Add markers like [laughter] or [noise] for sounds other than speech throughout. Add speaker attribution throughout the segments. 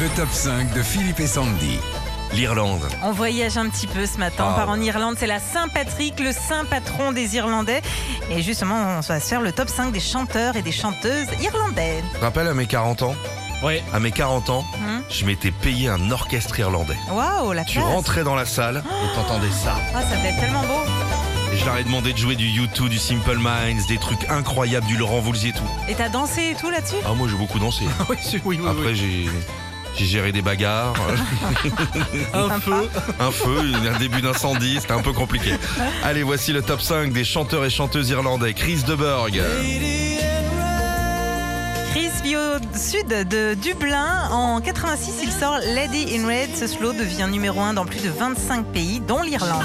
Speaker 1: Le top 5 de Philippe et Sandy.
Speaker 2: L'Irlande.
Speaker 3: On voyage un petit peu ce matin, on
Speaker 2: Ah
Speaker 3: part
Speaker 2: ouais.
Speaker 3: en Irlande, c'est la Saint-Patrick, le saint patron des Irlandais. Et justement, on va se faire le top 5 des chanteurs et des chanteuses irlandais.
Speaker 2: Je te rappelle à mes 40 ans
Speaker 4: Ouais.
Speaker 2: À mes 40 ans,
Speaker 3: Hmm.
Speaker 2: je m'étais payé un orchestre irlandais.
Speaker 3: Waouh, la
Speaker 2: Tu
Speaker 3: classe
Speaker 2: rentrais dans la salle et t'entendais ça.
Speaker 3: Ah, ça devait être tellement beau
Speaker 2: Et je leur ai demandé de jouer du U2, du Simple Minds, des trucs incroyables, du Laurent Voulzy et tout.
Speaker 3: Et t'as dansé et tout là-dessus
Speaker 2: Ah, moi j'ai beaucoup dansé.
Speaker 4: oui, oui, oui, oui.
Speaker 2: Après, j'ai. J'ai géré des bagarres, [laughs]
Speaker 4: un feu.
Speaker 2: un feu, un début d'incendie, c'était un peu compliqué. Allez, voici le top 5 des chanteurs et chanteuses irlandais. Chris DeBurg,
Speaker 3: Chris vit au sud de Dublin. En 86, il sort Lady in Red. Ce slow devient numéro 1 dans plus de 25 pays, dont l'Irlande.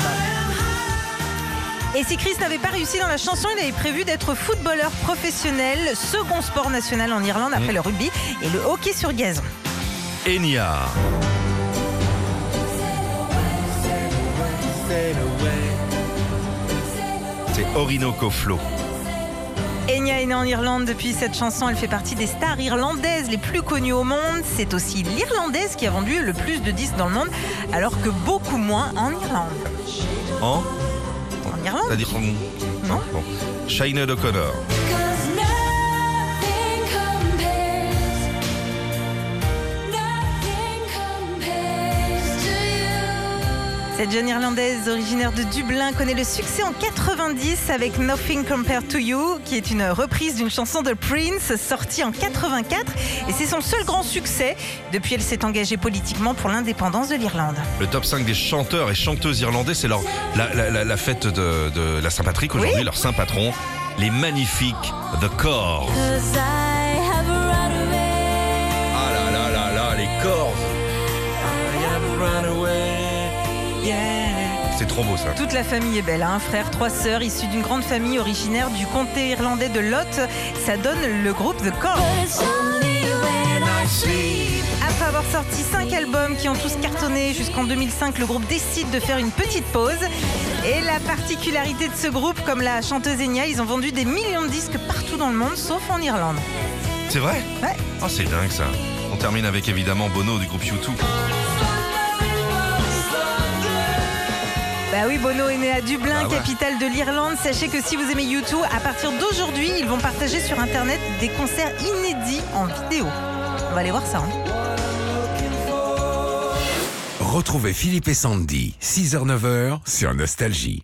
Speaker 3: Et si Chris n'avait pas réussi dans la chanson, il avait prévu d'être footballeur professionnel, second sport national en Irlande après le rugby et le hockey sur gazon.
Speaker 2: Enya, c'est Orinoco Flow.
Speaker 3: Enya est née en Irlande depuis cette chanson. Elle fait partie des stars irlandaises les plus connues au monde. C'est aussi l'Irlandaise qui a vendu le plus de disques dans le monde, alors que beaucoup moins en Irlande.
Speaker 2: En
Speaker 3: En
Speaker 2: hein
Speaker 3: Irlande
Speaker 2: C'est-à-dire son nom Hein,
Speaker 3: Non.
Speaker 2: Bon. Shine O'Connor.
Speaker 5: Cause nothing compares, nothing compares to you.
Speaker 3: Cette jeune Irlandaise originaire de Dublin connaît le succès en 90 avec Nothing Compared to You, qui est une reprise d'une chanson de Prince sortie en 84. Et c'est son seul grand succès. Depuis, elle s'est engagée politiquement pour l'indépendance de l'Irlande.
Speaker 2: Le top 5 des chanteurs et chanteuses irlandais, c'est leur la, la- la- la fête de, de la Saint-Patrick aujourd'hui, leur Saint-Patron, les magnifiques The Corrs.
Speaker 5: Cause I have run away,
Speaker 2: Ah là là là là, les Corrs C'est trop beau ça.
Speaker 3: Toute la famille est belle, hein. un frère, trois sœurs, issus d'une grande famille originaire du comté irlandais de Lot. Ça donne le groupe The Corps.
Speaker 5: but it's only when I sleep.
Speaker 3: Après avoir sorti 5 albums qui ont tous cartonné jusqu'en 2005, le groupe décide de faire une petite pause. Et la particularité de ce groupe, comme la chanteuse Enya, ils ont vendu des millions de disques partout dans le monde, sauf en Irlande.
Speaker 2: C'est vrai
Speaker 3: Ouais.
Speaker 2: Oh, c'est dingue ça. On termine avec évidemment Bono du groupe U2.
Speaker 3: Bah oui, Bono est né à Dublin,
Speaker 2: Bah ouais.
Speaker 3: capitale de l'Irlande. Sachez que si vous aimez U2, à partir d'aujourd'hui, ils vont partager sur Internet des concerts inédits en vidéo. On va aller voir ça. hein.
Speaker 1: Retrouvez Philippe et Sandy, 6h-9h sur Nostalgie.